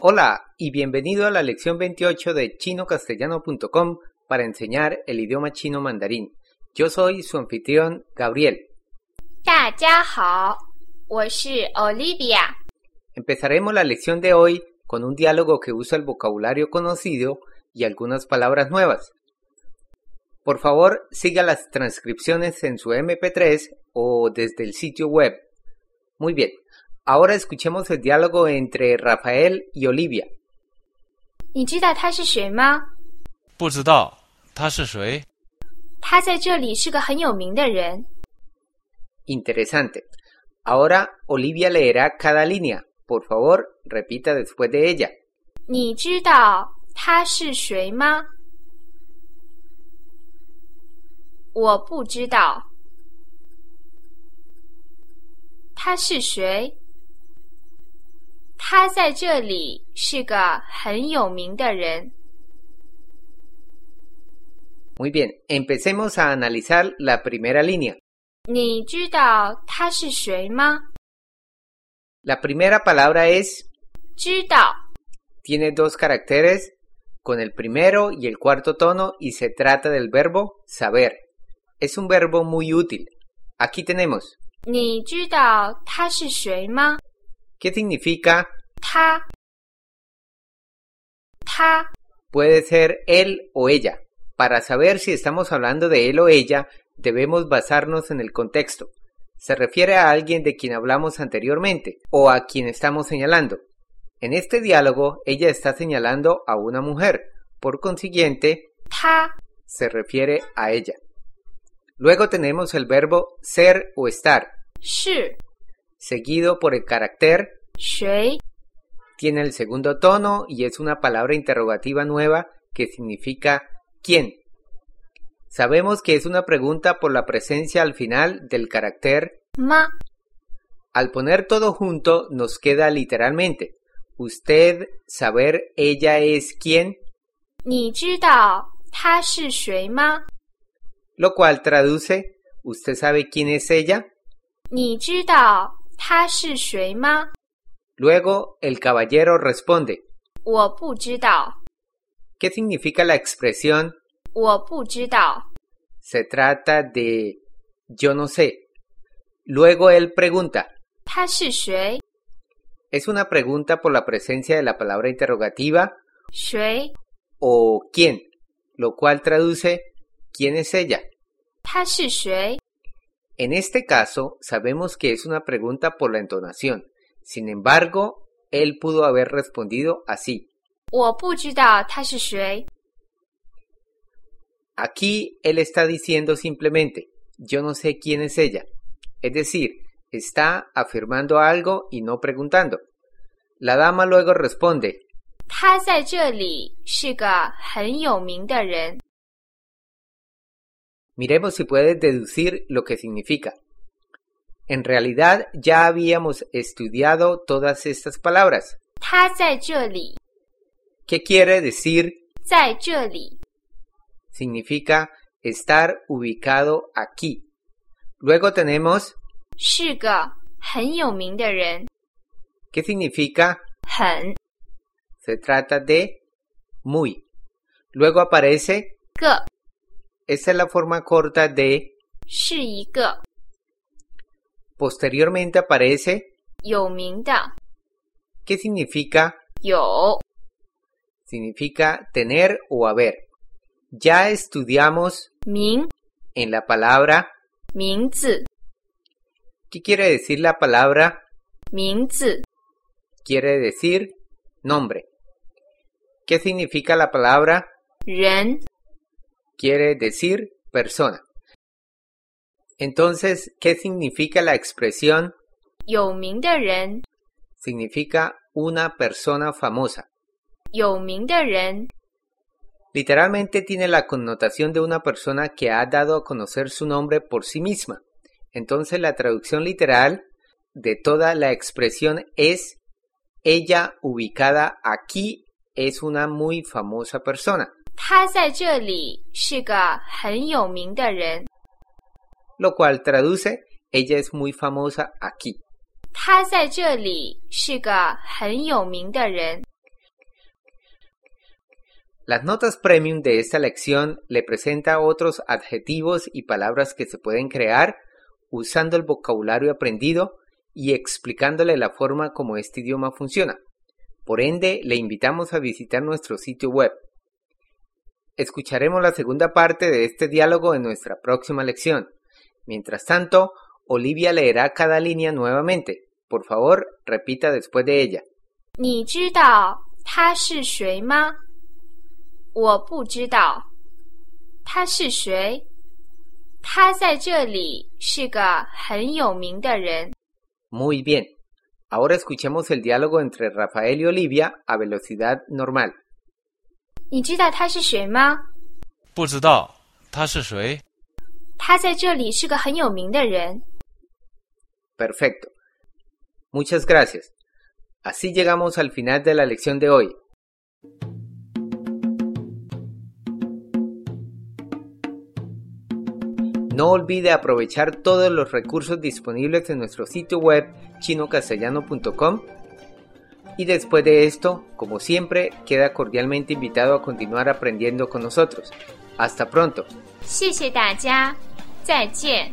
Hola y bienvenido a la lección 28 de chinocastellano.com para enseñar el idioma chino mandarín. Yo soy su anfitrión Gabriel. 大家好，我是 Olivia。 Empezaremos la lección de hoy con un diálogo que usa el vocabulario conocido y algunas palabras nuevas. Por favor, siga las transcripciones en su MP3 o desde el sitio web. Muy bien, ahora escuchemos el diálogo entre Rafael y Olivia. 你知道他是谁吗？不知道他是谁，他在这里是个很有名的人。 Interesante. Ahora Olivia leerá cada línea. Por favor, repita después de ella. 你知道他是谁吗？我不知道。他是谁？他在这里是个很有名的人。 Muy bien, empecemos a analizar la primera línea. 你知道他是谁吗？ La primera palabra es 知道， tiene dos caracteres con el primero y el cuarto tono y se trata del verbo saber. Es un verbo muy útil. Aquí tenemos. 你知道他是谁吗？ ¿Qué significa? 他，他， Puede ser él o ella. Para saber si estamos hablando de él o ella, debemos basarnos en el contexto. Se refiere a alguien de quien hablamos anteriormente o a quien estamos señalando. En este diálogo, ella está señalando a una mujer. Por consiguiente, 他， se refiere a ella. Luego tenemos el verbo ser o estar, 是 seguido por el carácter, 谁？ tiene el segundo tono y es una palabra interrogativa nueva que significa quién. Sabemos que es una pregunta por la presencia al final del carácter. 吗？ Al poner todo junto nos queda literalmente usted saber ella es quién, 你知道他是谁吗？ lo cual traduce usted sabe quién es ella. 你知道他是谁吗？ Luego el caballero responde 我不知道， ¿Qué significa la expresión? 我不知道。 Se trata de yo no sé. Luego él pregunta. 他是谁？ Es una pregunta por la presencia de la palabra interrogativa 谁？ o quién, lo cual traduce quién es ella. 他是谁？ En este caso, sabemos que es una pregunta por la entonación. Sin embargo, él pudo haber respondido así. 我不知道他是谁。 Aquí él está diciendo simplemente, yo no sé quién es ella. Es decir, está afirmando algo y no preguntando. La dama luego responde, 他在这里是个很有名的人。 miremos si puedes deducir lo que significa. En realidad ya habíamos estudiado todas estas palabras. 他在这里， ¿Qué quiere decir? 在这里， Significa estar ubicado aquí. Luego tenemos, 是个很有名的人。 ¿qué significa? 很 Se trata de muy. Luego aparece 个 Esa es la forma corta de. 是一个 Posteriormente aparece. 有名的 ¿Qué significa? 有。 Significa tener o haber. Ya estudiamos 名 en la palabra. 名字 ¿Qué quiere decir la palabra? 名字 Quiere decir nombre. ¿Qué significa la palabra? 人 Quiere decir persona. Entonces, ¿qué significa la expresión? 有名的人 Significa una persona famosa. 有名的人 Literalmente tiene la connotación de una persona que ha dado a conocer su nombre por sí misma. Entonces la traducción literal de toda la expresión es ella ubicada aquí es una muy famosa persona, 他在这里是个很有名的人。 lo cual traduce ella es muy famosa aquí. 他在这里是个很有名的人。 Las notas premium de esta lección le presenta otros adjetivos y palabras que se pueden crear usando el vocabulario aprendido y explicándole la forma como este idioma funciona. Por ende, le invitamos a visitar nuestro sitio web. Escucharemos la segunda parte de este diálogo en nuestra próxima lección. Mientras tanto, Olivia leerá cada línea nuevamente. Por favor, repita después de ella. 你知道他是谁吗？我不知道他是谁。他在这里是个很有名的人。 Muy bien. Ahora escuchemos el diálogo entre Rafael y Olivia a velocidad normal. 你知道他是谁吗？不知道他是谁。他在这里是个很有名的人。 Perfecto. Muchas gracias. Así llegamos al final de la lección de hoy. No olvide aprovechar todos los recursos disponibles en nuestro sitio web chinocastellano.com y después de esto, como siempre, queda cordialmente invitado a continuar aprendiendo con nosotros. Hasta pronto. 谢谢大家，再见。